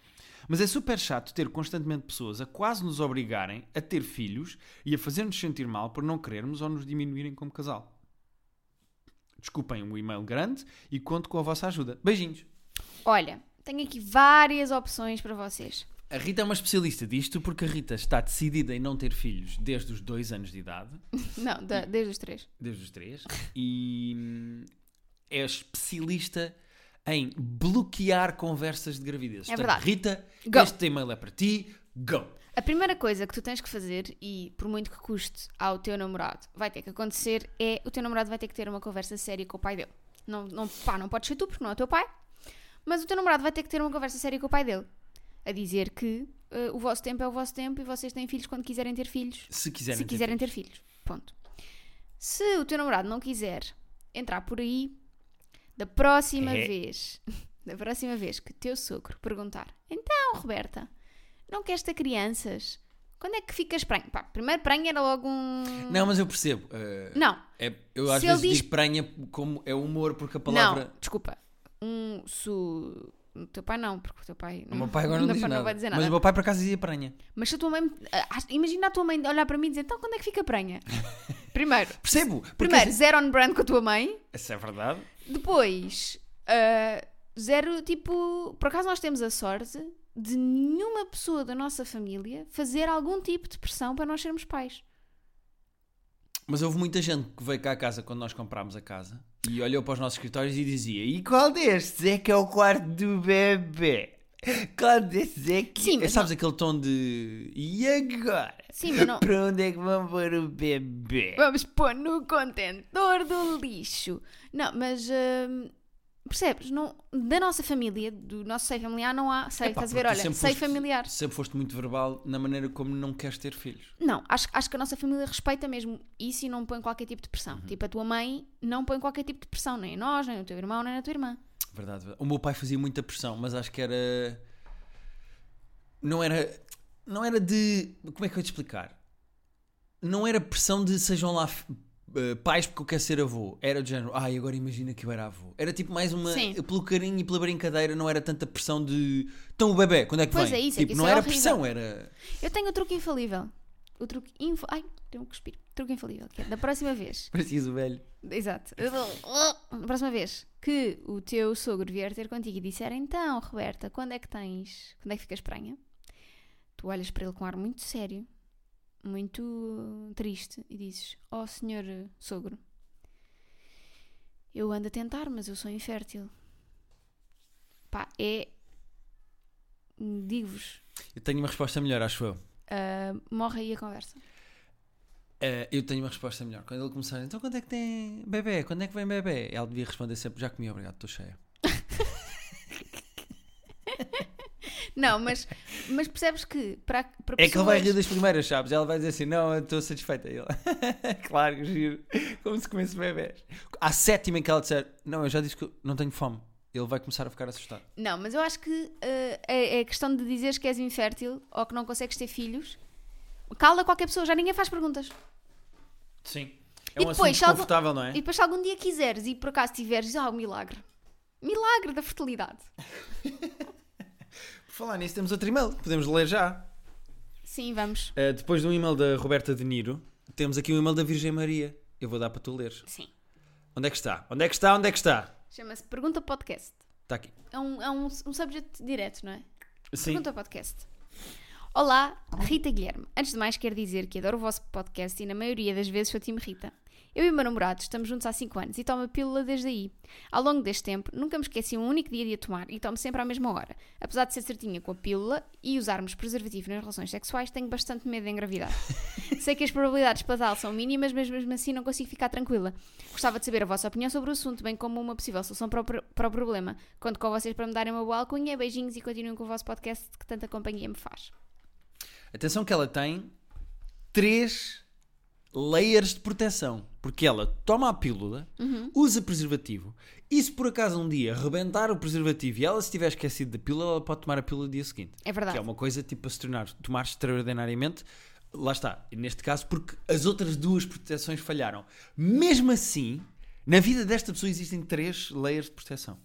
Speaker 1: Mas é super chato ter constantemente pessoas a quase nos obrigarem a ter filhos e a fazer-nos sentir mal por não querermos ou nos diminuírem como casal. Desculpem o e-mail grande e conto com a vossa ajuda. Beijinhos!
Speaker 2: Olha, tenho aqui várias opções para vocês.
Speaker 1: A Rita é uma especialista disto porque a Rita está decidida em não ter filhos desde os dois anos de idade,
Speaker 2: Não, da- desde os três.
Speaker 1: desde os três, e hum, é especialista em bloquear conversas de gravidez.
Speaker 2: É verdade.
Speaker 1: Rita,
Speaker 2: Go.
Speaker 1: este e-mail é para ti, go!
Speaker 2: A primeira coisa que tu tens que fazer, e por muito que custe ao teu namorado, vai ter que acontecer, é o teu namorado vai ter que ter uma conversa séria com o pai dele. Não, não, pá, não podes ser tu, porque não é o teu pai, mas o teu namorado vai ter que ter uma conversa séria com o pai dele. A dizer que eh, o vosso tempo é o vosso tempo e vocês têm filhos quando quiserem ter filhos.
Speaker 1: Se quiserem.
Speaker 2: se
Speaker 1: ter
Speaker 2: quiserem ter filhos. Ponto. Se o teu namorado não quiser entrar por aí, da próxima
Speaker 1: É.
Speaker 2: vez, da próxima vez que teu sogro perguntar, então, Roberta, não queres ter crianças? Quando é que ficas prenha? Pá, primeiro prenha era logo um...
Speaker 1: filhos. Não, mas eu percebo. eh,
Speaker 2: Não,
Speaker 1: é- eu às
Speaker 2: Se
Speaker 1: vezes
Speaker 2: ele diz-
Speaker 1: digo pranha como é humor porque a palavra.
Speaker 2: não, desculpa. Um, su... O teu pai não, porque o teu pai...
Speaker 1: O meu pai agora não,
Speaker 2: o
Speaker 1: diz
Speaker 2: teu pai
Speaker 1: nada.
Speaker 2: vai dizer
Speaker 1: Mas
Speaker 2: nada.
Speaker 1: o meu pai por acaso dizia pranha.
Speaker 2: Mas se a tua mãe... ah, Imagina a tua mãe olhar para mim e dizer, então, quando é que fica prenha? Primeiro,
Speaker 1: Percebo! porque-
Speaker 2: primeiro, zero on brand com a tua mãe.
Speaker 1: Essa é verdade.
Speaker 2: Depois, ah, zero, tipo, por acaso nós temos a sorte de nenhuma pessoa da nossa família fazer algum tipo de pressão para nós sermos pais.
Speaker 1: Mas houve muita gente que veio cá à casa quando nós comprámos a casa e olhou para os nossos escritórios e dizia: E qual destes é que é o quarto do bebê? Qual destes é que.
Speaker 2: Sim, mas
Speaker 1: Sabes aquele tom de. E agora?
Speaker 2: Sim, mas não-
Speaker 1: Para onde é que vão pôr o bebê?
Speaker 2: Vamos pôr no contentor do lixo. Não, mas ah, percebes? Não, da nossa família, do nosso seio familiar, não há seio.
Speaker 1: Epá,
Speaker 2: Estás a ver?
Speaker 1: porque
Speaker 2: Olha,
Speaker 1: sempre
Speaker 2: seio
Speaker 1: foste-
Speaker 2: familiar.
Speaker 1: Sempre foste muito verbal na maneira como não queres ter filhos.
Speaker 2: Não, acho, acho que a nossa família respeita mesmo isso e não põe qualquer tipo de pressão. Tipo, a tua mãe não põe qualquer tipo de pressão, nem em nós, nem no teu irmão, nem na tua irmã.
Speaker 1: Verdade, verdade. O meu pai fazia muita pressão, mas acho que era. Não era. Não era de. Como é que eu ia te explicar? Não era pressão de sejam lá f- eh, pais porque eu quero ser avô. Era do género, ai, agora imagina que eu era avô. Era tipo mais uma.
Speaker 2: Sim.
Speaker 1: Pelo carinho e pela brincadeira, não era tanta pressão de. Então o bebê, quando é que
Speaker 2: Pois
Speaker 1: vem?
Speaker 2: é, isso é que
Speaker 1: tipo,
Speaker 2: isso
Speaker 1: não
Speaker 2: é
Speaker 1: era
Speaker 2: horrível.
Speaker 1: pressão, era.
Speaker 2: Eu tenho o truque infalível. O truque info... Ai, tenho um cuspir. Truque infalível. Que é, da próxima vez.
Speaker 1: Parecias o velho.
Speaker 2: Exato. Da próxima vez que o teu sogro vier ter contigo e disser então, Roberta, quando é que tens... Quando é que ficas prenha? Tu olhas para ele com um ar muito sério, muito uh, triste e dizes, ó senhor uh, sogro, eu ando a tentar, mas eu sou infértil. Pá, é... Digo-vos,
Speaker 1: Eu tenho uma resposta melhor, acho eu.
Speaker 2: uh, morre aí a conversa.
Speaker 1: Eh, eu tenho uma resposta melhor. Quando ele começar, então quando é que tem bebê? Quando é que vem bebê? Ela devia responder sempre, já comi, obrigado, estou cheia.
Speaker 2: Não, mas, mas percebes que para, para
Speaker 1: É que ele
Speaker 2: pessoas...
Speaker 1: vai rir das primeiras, sabes? Ela vai dizer assim: Não, eu estou satisfeita. E Ele, claro, que giro. Como se comesse bebés. À sétima em que ela disser: Não, eu já disse que eu não tenho fome. Ele vai começar a ficar assustado.
Speaker 2: Não, mas eu acho que eh, é, é questão de dizeres que és infértil ou que não consegues ter filhos. Cala qualquer pessoa, já ninguém faz perguntas.
Speaker 1: Sim.
Speaker 2: É E um depois, assunto se algum- desconfortável,
Speaker 1: não é?
Speaker 2: E depois, se algum dia quiseres e por acaso tiveres, dizes, ah, o milagre. Milagre da fertilidade.
Speaker 1: Por falar nisso, temos outro e-mail. Podemos ler já.
Speaker 2: Sim, vamos.
Speaker 1: Uh, depois de um e-mail da Roberta De Niro, temos aqui um e-mail da Virgem Maria. Eu vou dar para tu leres.
Speaker 2: Sim.
Speaker 1: Onde é que está? Onde é que está? Onde é que está?
Speaker 2: Chama-se Pergunta Podcast.
Speaker 1: Está aqui.
Speaker 2: É um, é um, um subject direto, não é?
Speaker 1: Sim.
Speaker 2: Pergunta ao podcast. Olá, Rita Guilherme. Antes de mais, quero dizer que adoro o vosso podcast e na maioria das vezes sou time Rita. Eu e o meu namorado estamos juntos há 5 anos e tomo a pílula desde aí. Ao longo deste tempo, nunca me esqueci um único dia de a tomar e tomo sempre à mesma hora. Apesar de ser certinha com a pílula e usarmos preservativo nas relações sexuais, tenho bastante medo de engravidar. Sei que as probabilidades para tal são mínimas, mas mesmo assim não consigo ficar tranquila. Gostava de saber a vossa opinião sobre o assunto, bem como uma possível solução para o, pro- para o problema. Conto com vocês para me darem uma boa alcunha, beijinhos e continuem com o vosso podcast que tanta companhia me faz.
Speaker 1: Atenção que ela tem três layers de proteção. Porque ela toma a pílula,
Speaker 2: Uhum.
Speaker 1: usa preservativo, e se por acaso um dia rebentar o preservativo e ela se tiver esquecido da pílula, ela pode tomar a pílula no dia seguinte.
Speaker 2: É verdade.
Speaker 1: Que é uma coisa tipo a se tornar, tomar extraordinariamente Lá está, neste caso, porque as outras duas proteções falharam. Mesmo assim, na vida desta pessoa existem três layers de proteção.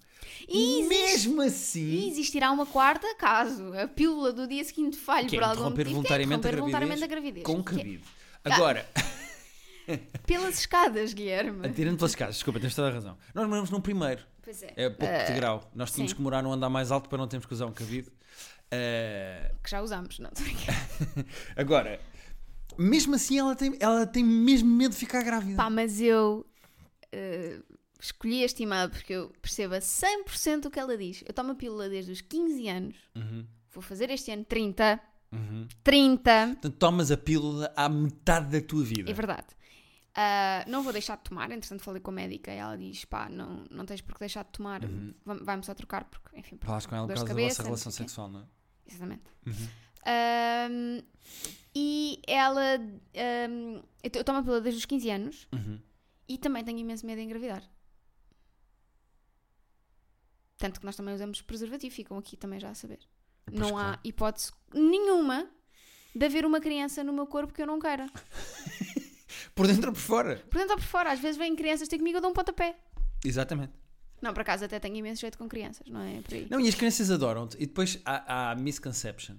Speaker 2: E existe-
Speaker 1: Mesmo
Speaker 2: E
Speaker 1: assim,
Speaker 2: existirá uma quarta caso a pílula do dia seguinte falhe
Speaker 1: que é
Speaker 2: por algum
Speaker 1: interromper
Speaker 2: motivo, que é
Speaker 1: voluntariamente,
Speaker 2: interromper
Speaker 1: a,
Speaker 2: voluntariamente
Speaker 1: gravidez
Speaker 2: a
Speaker 1: com
Speaker 2: gravidez. que é
Speaker 1: cabide. Agora,
Speaker 2: Pelas escadas, Guilherme.
Speaker 1: atirando pelas casas, desculpa, tens toda a razão. Nós moramos num primeiro.
Speaker 2: Pois é.
Speaker 1: É pouco de grau. Nós tínhamos
Speaker 2: sim.
Speaker 1: que morar num andar mais alto para não termos que usar um cabide. Eh,
Speaker 2: Que já usámos, não tô a brincar.
Speaker 1: agora, mesmo assim, ela tem, ela tem mesmo medo de ficar grávida.
Speaker 2: Pá, mas eu eh, escolhi este imã porque eu percebo a 100% o que ela diz. Eu tomo a pílula desde os 15 anos.
Speaker 1: Uhum,
Speaker 2: Vou fazer este ano 30.
Speaker 1: uhum.
Speaker 2: 30.
Speaker 1: Portanto, tomas a pílula à metade da tua vida.
Speaker 2: É verdade. Ah, não vou deixar de tomar, entretanto falei com a médica e ela diz, pá, não, não tens por que deixar de tomar,
Speaker 1: Uhum.
Speaker 2: va- vamos só trocar, porque, enfim, por
Speaker 1: Falas com ela por
Speaker 2: Dores
Speaker 1: causa
Speaker 2: de
Speaker 1: da vossa
Speaker 2: cabeça,
Speaker 1: relação
Speaker 2: não sei o quê.
Speaker 1: sexual, não é?
Speaker 2: Exatamente.
Speaker 1: Uhum.
Speaker 2: Ahm, e ela. ahm, eu, to- eu tomo a pílula desde os 15 anos
Speaker 1: Uhum.
Speaker 2: e também tenho imenso medo de engravidar. Tanto que nós também usamos preservativo, ficam aqui também já a saber.
Speaker 1: Pois
Speaker 2: não
Speaker 1: claro.
Speaker 2: há hipótese nenhuma de haver uma criança no meu corpo que eu não queira.
Speaker 1: Por dentro ou por fora?
Speaker 2: Por dentro ou por fora, às vezes vêm crianças ter comigo, eu dou um pontapé.
Speaker 1: Exatamente.
Speaker 2: Não, por acaso até tenho imenso jeito com crianças, não é? Por aí.
Speaker 1: Não, e as crianças adoram-te. E depois há, há a misconception.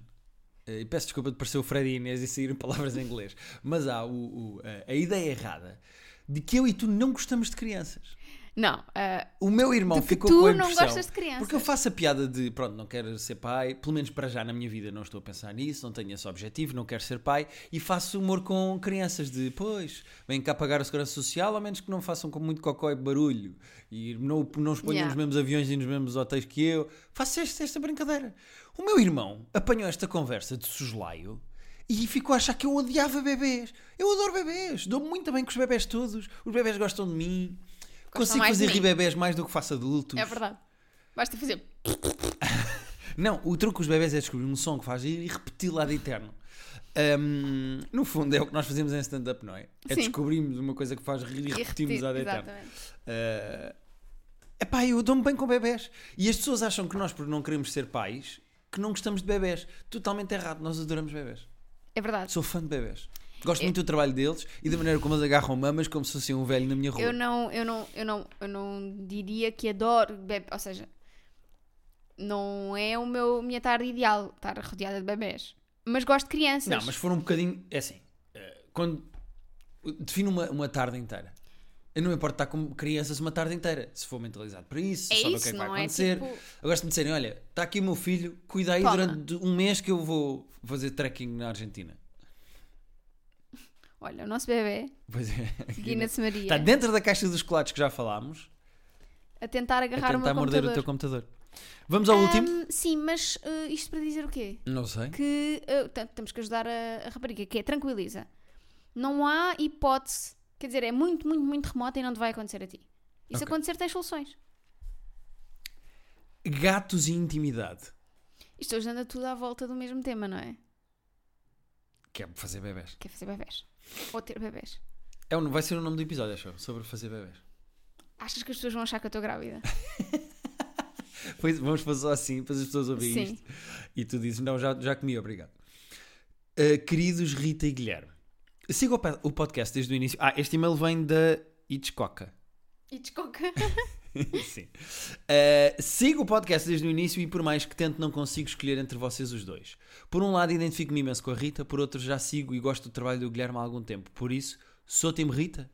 Speaker 1: Eh, E peço desculpa de parecer o Fred e a Inês e sair palavras em inglês. Mas há o- o, eh, a ideia errada de que eu e tu não gostamos de crianças.
Speaker 2: Não, ah,
Speaker 1: O meu irmão
Speaker 2: de que
Speaker 1: ficou
Speaker 2: tu
Speaker 1: com a
Speaker 2: não
Speaker 1: impressão...
Speaker 2: gostas de crianças.
Speaker 1: Porque eu faço a piada de, pronto, não quero ser pai, pelo menos para já na minha vida não estou a pensar nisso, não tenho esse objetivo, não quero ser pai, e faço humor com crianças de, pois, vêm cá pagar a segurança social, ao menos que não façam com muito cocó e barulho, e não, não os ponham
Speaker 2: Yeah.
Speaker 1: nos mesmos aviões e nos mesmos hotéis que eu. Faço esta, esta brincadeira. O meu irmão apanhou esta conversa de soslaio e ficou a achar que eu odiava bebês. Eu adoro bebês, dou-me muito bem com os bebês todos, os bebês gostam de mim. Consigo
Speaker 2: mais de
Speaker 1: fazer rir
Speaker 2: mim.
Speaker 1: bebés mais do que faço adultos.
Speaker 2: é verdade. Basta fazer.
Speaker 1: Não, o truque com os bebés é descobrir um som que faz rir e repeti-lo ad eterno. Ahm, no fundo, é o que nós fazemos em stand-up, não é? É
Speaker 2: Sim.
Speaker 1: descobrirmos uma coisa que faz rir e, repetimos
Speaker 2: repetir,
Speaker 1: ad eterno.
Speaker 2: Exatamente.
Speaker 1: Ah, Epá, eu dou-me bem com bebés. E as pessoas acham que nós, porque não queremos ser pais, que não gostamos de bebés. Totalmente errado, nós adoramos bebés.
Speaker 2: É verdade.
Speaker 1: Sou fã de bebés. Gosto
Speaker 2: Eu-
Speaker 1: muito do trabalho deles e da maneira como eles agarram mamas como se fossem um velho na minha rua.
Speaker 2: Eu não, eu não, eu não, eu não diria que adoro bebê, ou seja, não é o meu minha tarde ideal estar rodeada de bebés, mas gosto de crianças.
Speaker 1: Não, mas foram um bocadinho. É assim. eh, Quando. Defino uma, uma tarde inteira. Eu não me importo estar com crianças uma tarde inteira. Se for mentalizado para isso,
Speaker 2: é
Speaker 1: se souber o
Speaker 2: isso,
Speaker 1: que é que vai
Speaker 2: não é
Speaker 1: acontecer.
Speaker 2: tipo,
Speaker 1: Eu gosto de me dizerem: olha, está aqui o meu filho, cuida aí
Speaker 2: Toma.
Speaker 1: durante um mês que eu vou fazer trekking na Argentina.
Speaker 2: olha, o nosso bebê,
Speaker 1: Pois é.
Speaker 2: Guinness Maria,
Speaker 1: Está dentro da caixa dos chocolates que já falámos,
Speaker 2: a tentar agarrar
Speaker 1: a
Speaker 2: o meu
Speaker 1: tentar morder o teu
Speaker 2: computador. Hum.
Speaker 1: computador. Vamos ao último?
Speaker 2: Ahm, sim, mas eh, isto para dizer o quê?
Speaker 1: Não sei.
Speaker 2: Que eh, t- temos que ajudar a, a rapariga, que é tranquiliza. Não há hipótese, quer dizer, é muito, muito, muito remota e não te vai acontecer a ti. E se
Speaker 1: Ok.
Speaker 2: acontecer, tens soluções.
Speaker 1: Gatos e intimidade.
Speaker 2: Isto hoje anda tudo à volta do mesmo tema, não é?
Speaker 1: Quer é fazer bebés.
Speaker 2: Quer fazer bebés. Ou ter bebés.
Speaker 1: É, um- vai ser o nome do episódio, acho, sobre fazer bebés.
Speaker 2: Achas que as pessoas vão achar que eu estou grávida?
Speaker 1: Pois, vamos fazer só assim, depois as pessoas ouvem
Speaker 2: Sim.
Speaker 1: isto. E tu dizes, não, já, já comi, obrigado. Uh, queridos Rita e Guilherme, siga o, pa- o podcast desde o início. Ah, este e-mail vem da Hitchcock.
Speaker 2: E descoca.
Speaker 1: Sim. Uh, sigo o podcast desde o início e por mais que tente não consigo escolher entre vocês os dois. Por um lado identifico-me imenso com a Rita, por outro já sigo e gosto do trabalho do Guilherme há algum tempo. Por isso, sou time Rita?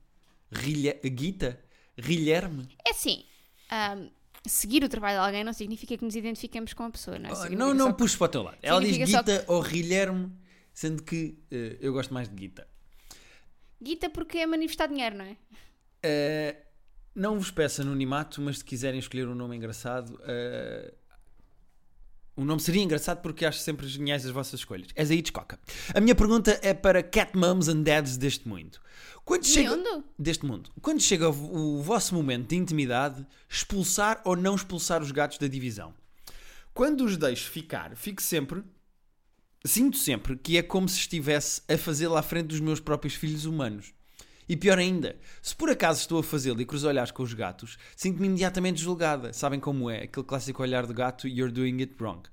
Speaker 1: Rilha- Guita? Guilherme?
Speaker 2: É assim. ahm, seguir o trabalho de alguém não significa que nos identificamos com a pessoa, não é?
Speaker 1: Oh,
Speaker 2: Significa
Speaker 1: não, não
Speaker 2: só que-
Speaker 1: puxo para o teu lado. Ela diz
Speaker 2: significa só
Speaker 1: Guita ou Guilherme, sendo que eh, eu gosto mais de Guita.
Speaker 2: Guita porque é manifestar dinheiro, não é?
Speaker 1: Eh, não vos peço anonimato, mas se quiserem escolher um nome engraçado, eh, o nome seria engraçado porque acho sempre geniais as vossas escolhas. És aí descoca. A minha pergunta é para cat mums and dads deste mundo. Quando chega
Speaker 2: Mundo?
Speaker 1: deste mundo, quando chega o, o vosso momento de intimidade, expulsar ou não expulsar os gatos da divisão? Quando os deixo ficar, fico sempre sinto sempre que é como se estivesse a fazê-lo à frente dos meus próprios filhos humanos. E pior ainda, se por acaso estou a fazê-lo e cruzo olhares com os gatos, sinto-me imediatamente julgada. Sabem como é? Aquele clássico olhar do gato, you're doing it wrong.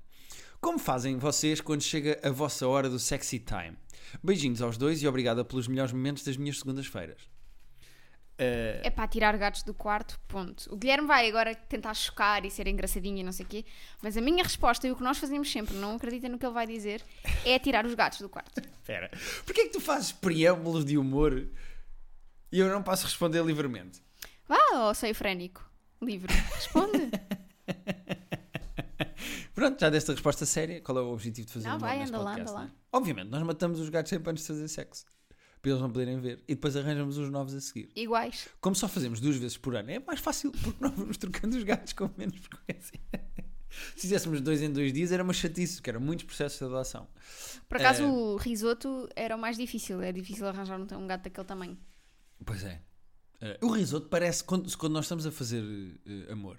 Speaker 1: Como fazem vocês quando chega a vossa hora do sexy time? Beijinhos aos dois e obrigada pelos melhores momentos das minhas segundas-feiras. Eh,
Speaker 2: É para tirar gatos do quarto, ponto. O Guilherme vai agora tentar chocar e ser engraçadinho e não sei o quê, mas a minha resposta e o que nós fazemos sempre, não acreditem no que ele vai dizer, é tirar os gatos do quarto.
Speaker 1: Espera, porquê é que tu fazes preâmbulos de humor e eu não posso responder livremente?
Speaker 2: Vá, ou sei frénico. Livre. Responde.
Speaker 1: Pronto, já desta resposta séria, qual é o objetivo de fazer
Speaker 2: Não,
Speaker 1: um
Speaker 2: vai,
Speaker 1: neste
Speaker 2: anda lá,
Speaker 1: podcast,
Speaker 2: anda
Speaker 1: não é?
Speaker 2: lá.
Speaker 1: Obviamente, nós matamos os gatos sempre antes de fazer sexo, para eles não poderem ver, e depois arranjamos os novos a seguir.
Speaker 2: Iguais.
Speaker 1: Como só fazemos duas vezes por ano, é mais fácil porque nós vamos trocando os gatos com menos frequência. Se fizéssemos dois em dois dias era uma chatice, porque eram muitos processos de adoção.
Speaker 2: Por acaso
Speaker 1: Eh.
Speaker 2: o risoto era o mais difícil. É difícil arranjar um, um gato daquele tamanho.
Speaker 1: Pois é. Eh, o risoto parece quando, quando nós estamos a fazer eh, eh, amor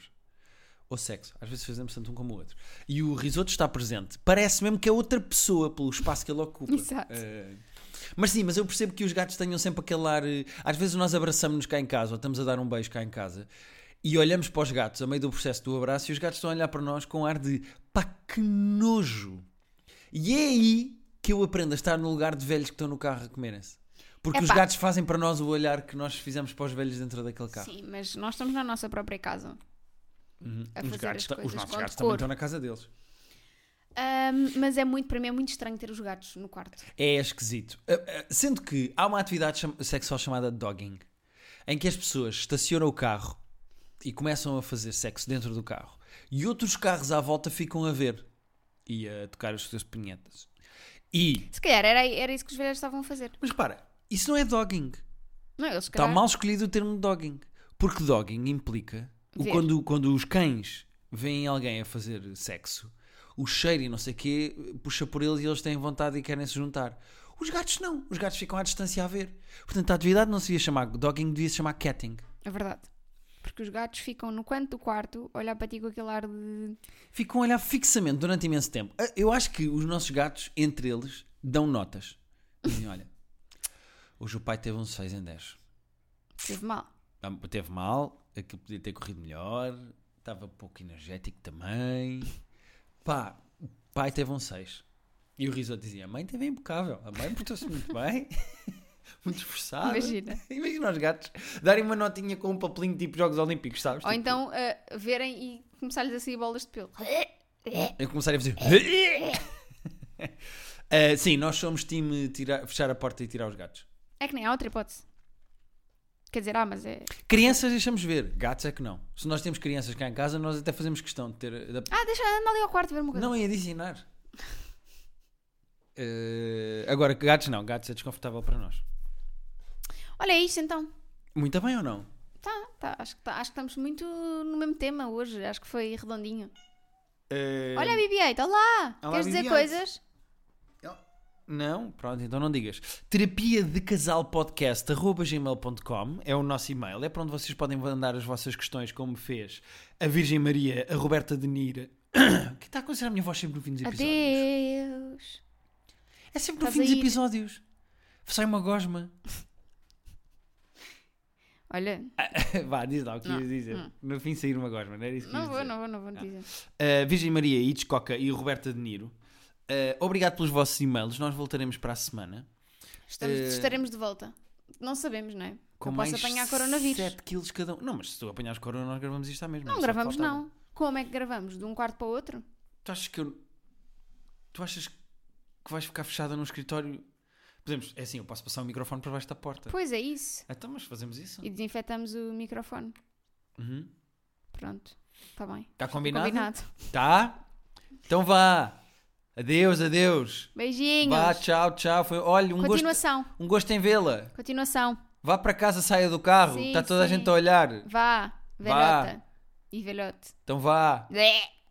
Speaker 1: ou sexo, às vezes fazemos tanto um como o outro, e o risoto está presente, parece mesmo que é outra pessoa pelo espaço que ele ocupa.
Speaker 2: Exato.
Speaker 1: Eh, mas sim, mas eu percebo que os gatos tenham sempre aquele ar. eh, Às vezes nós abraçamos-nos cá em casa ou estamos a dar um beijo cá em casa e olhamos para os gatos a meio do processo do abraço e os gatos estão a olhar para nós com ar de pá, que nojo! E é aí que eu aprendo a estar no lugar de velhos que estão no carro a comerem-se. Porque os
Speaker 2: Epá.
Speaker 1: gatos fazem para nós o olhar que nós fizemos para os velhos dentro daquele carro.
Speaker 2: Sim, mas nós estamos na nossa própria casa. A
Speaker 1: Uhum. Os,
Speaker 2: fazer
Speaker 1: gatos,
Speaker 2: as
Speaker 1: ta- os
Speaker 2: coisas
Speaker 1: nossos
Speaker 2: com
Speaker 1: gatos também
Speaker 2: decoro.
Speaker 1: estão na casa deles.
Speaker 2: Ahm, mas é muito, para mim é muito estranho ter os gatos no quarto.
Speaker 1: É esquisito. Uh, uh, Sendo que há uma atividade cham- sexual chamada dogging, em que as pessoas estacionam o carro e começam a fazer sexo dentro do carro e outros carros à volta ficam a ver e a tocar as suas punhetas. E.
Speaker 2: Se calhar era, era isso que os velhos estavam a fazer.
Speaker 1: Mas repara, isso não é dogging.
Speaker 2: Não, eles se
Speaker 1: Está
Speaker 2: calhar...
Speaker 1: Tá mal escolhido o termo dogging. Porque dogging implica o-
Speaker 2: Ver.
Speaker 1: quando, quando os cães veem alguém a fazer sexo, o cheiro e não sei o quê puxa por eles e eles têm vontade e querem se juntar. Os gatos não, os gatos ficam à distância a ver. Portanto, a atividade não se ia chamar dogging, devia se chamar catting.
Speaker 2: É verdade. Porque os gatos ficam no canto do quarto a olhar para ti com aquele ar de.
Speaker 1: Ficam a olhar fixamente durante imenso tempo. Ah, Eu acho que os nossos gatos, entre eles, dão notas. Dizem: olha, hoje o pai teve um 6 em 10.
Speaker 2: Teve mal.
Speaker 1: Ah, Teve mal, aquilo podia ter corrido melhor, estava pouco energético também. Pá, o pai teve um 6. E o risoto dizia: a mãe teve é impecável, a mãe portou-se muito bem, muito esforçada.
Speaker 2: Imagina.
Speaker 1: Imagina os gatos darem uma notinha com um papelinho tipo Jogos Olímpicos, sabes?
Speaker 2: Ou
Speaker 1: Tipo,
Speaker 2: então ah, verem e começar-lhes a sair bolas de pelo.
Speaker 1: Eu começarei a fazer. Ah, sim, nós somos time tirar, fechar a porta e tirar os gatos.
Speaker 2: É que nem há outra hipótese. Quer dizer, ah, mas é.
Speaker 1: Crianças deixamos ver, gatos é que não. Se nós temos crianças cá em casa, nós até fazemos questão de ter. da-
Speaker 2: Ah, deixa, anda ali ao quarto ver uma coisa.
Speaker 1: Não é de ensinar. Eh, agora, gatos não, gatos é desconfortável para nós.
Speaker 2: Olha, é isto então.
Speaker 1: Muito bem ou não?
Speaker 2: Tá, tá, acho que, tá- acho que estamos muito no mesmo tema hoje. Acho que foi redondinho.
Speaker 1: Eh,
Speaker 2: Olha a BB-8, olá!
Speaker 1: Olá,
Speaker 2: Queres dizer
Speaker 1: BB-8.
Speaker 2: coisas?
Speaker 1: Não? Pronto, então não digas. Terapia de Casal Podcast, arroba gmail.com é o nosso e-mail. É para onde vocês podem mandar as vossas questões, como fez a Virgem Maria, a Roberta de Nira. O que está a acontecer a minha voz sempre no fim dos episódios?
Speaker 2: Adeus.
Speaker 1: É sempre no
Speaker 2: Estás
Speaker 1: fim dos
Speaker 2: a ir.
Speaker 1: episódios. Sai uma gosma.
Speaker 2: Olha,
Speaker 1: Vá, diz lá o que
Speaker 2: Não,
Speaker 1: ias dizer.
Speaker 2: não.
Speaker 1: No fim sair uma gosma, não era isso que
Speaker 2: não
Speaker 1: ias
Speaker 2: vou,
Speaker 1: dizer?
Speaker 2: não vou, não vou dizer.
Speaker 1: Uh, Virgem Maria Hitchcock e Roberta De Niro. Uh, obrigado pelos vossos e-mails. Nós voltaremos para a semana
Speaker 2: Estamos-
Speaker 1: Eh,
Speaker 2: estaremos de volta. Não sabemos, não é?
Speaker 1: com
Speaker 2: eu
Speaker 1: mais
Speaker 2: posso apanhar coronavírus.
Speaker 1: 7 quilos cada um. Não, mas se tu apanhares corona, nós gravamos isto à mesma.
Speaker 2: Não
Speaker 1: Isso é o que
Speaker 2: gravamos,
Speaker 1: faltava. Tá.
Speaker 2: não. Como é que gravamos? De um quarto para o outro?
Speaker 1: Tu achas que eu. Tu achas que vais ficar fechada num escritório? Podemos. É assim, eu posso passar o microfone para baixo da porta.
Speaker 2: Pois é isso.
Speaker 1: Então, mas fazemos isso.
Speaker 2: E desinfetamos o microfone.
Speaker 1: Uhum.
Speaker 2: Pronto. Está bem.
Speaker 1: Está combinado?
Speaker 2: Combinado.
Speaker 1: Tá? Então vá. Adeus, adeus.
Speaker 2: Beijinhos. assim.
Speaker 1: Vá, tchau, tchau. Foi... Olha, um gosto,
Speaker 2: Continuação.
Speaker 1: um gosto em vê-la.
Speaker 2: Continuação.
Speaker 1: Vá para casa, saia do carro.
Speaker 2: Sim,
Speaker 1: Está toda
Speaker 2: sim.
Speaker 1: a gente a olhar.
Speaker 2: Vá, velhota. E velhote.
Speaker 1: Então vá.
Speaker 2: Bleh.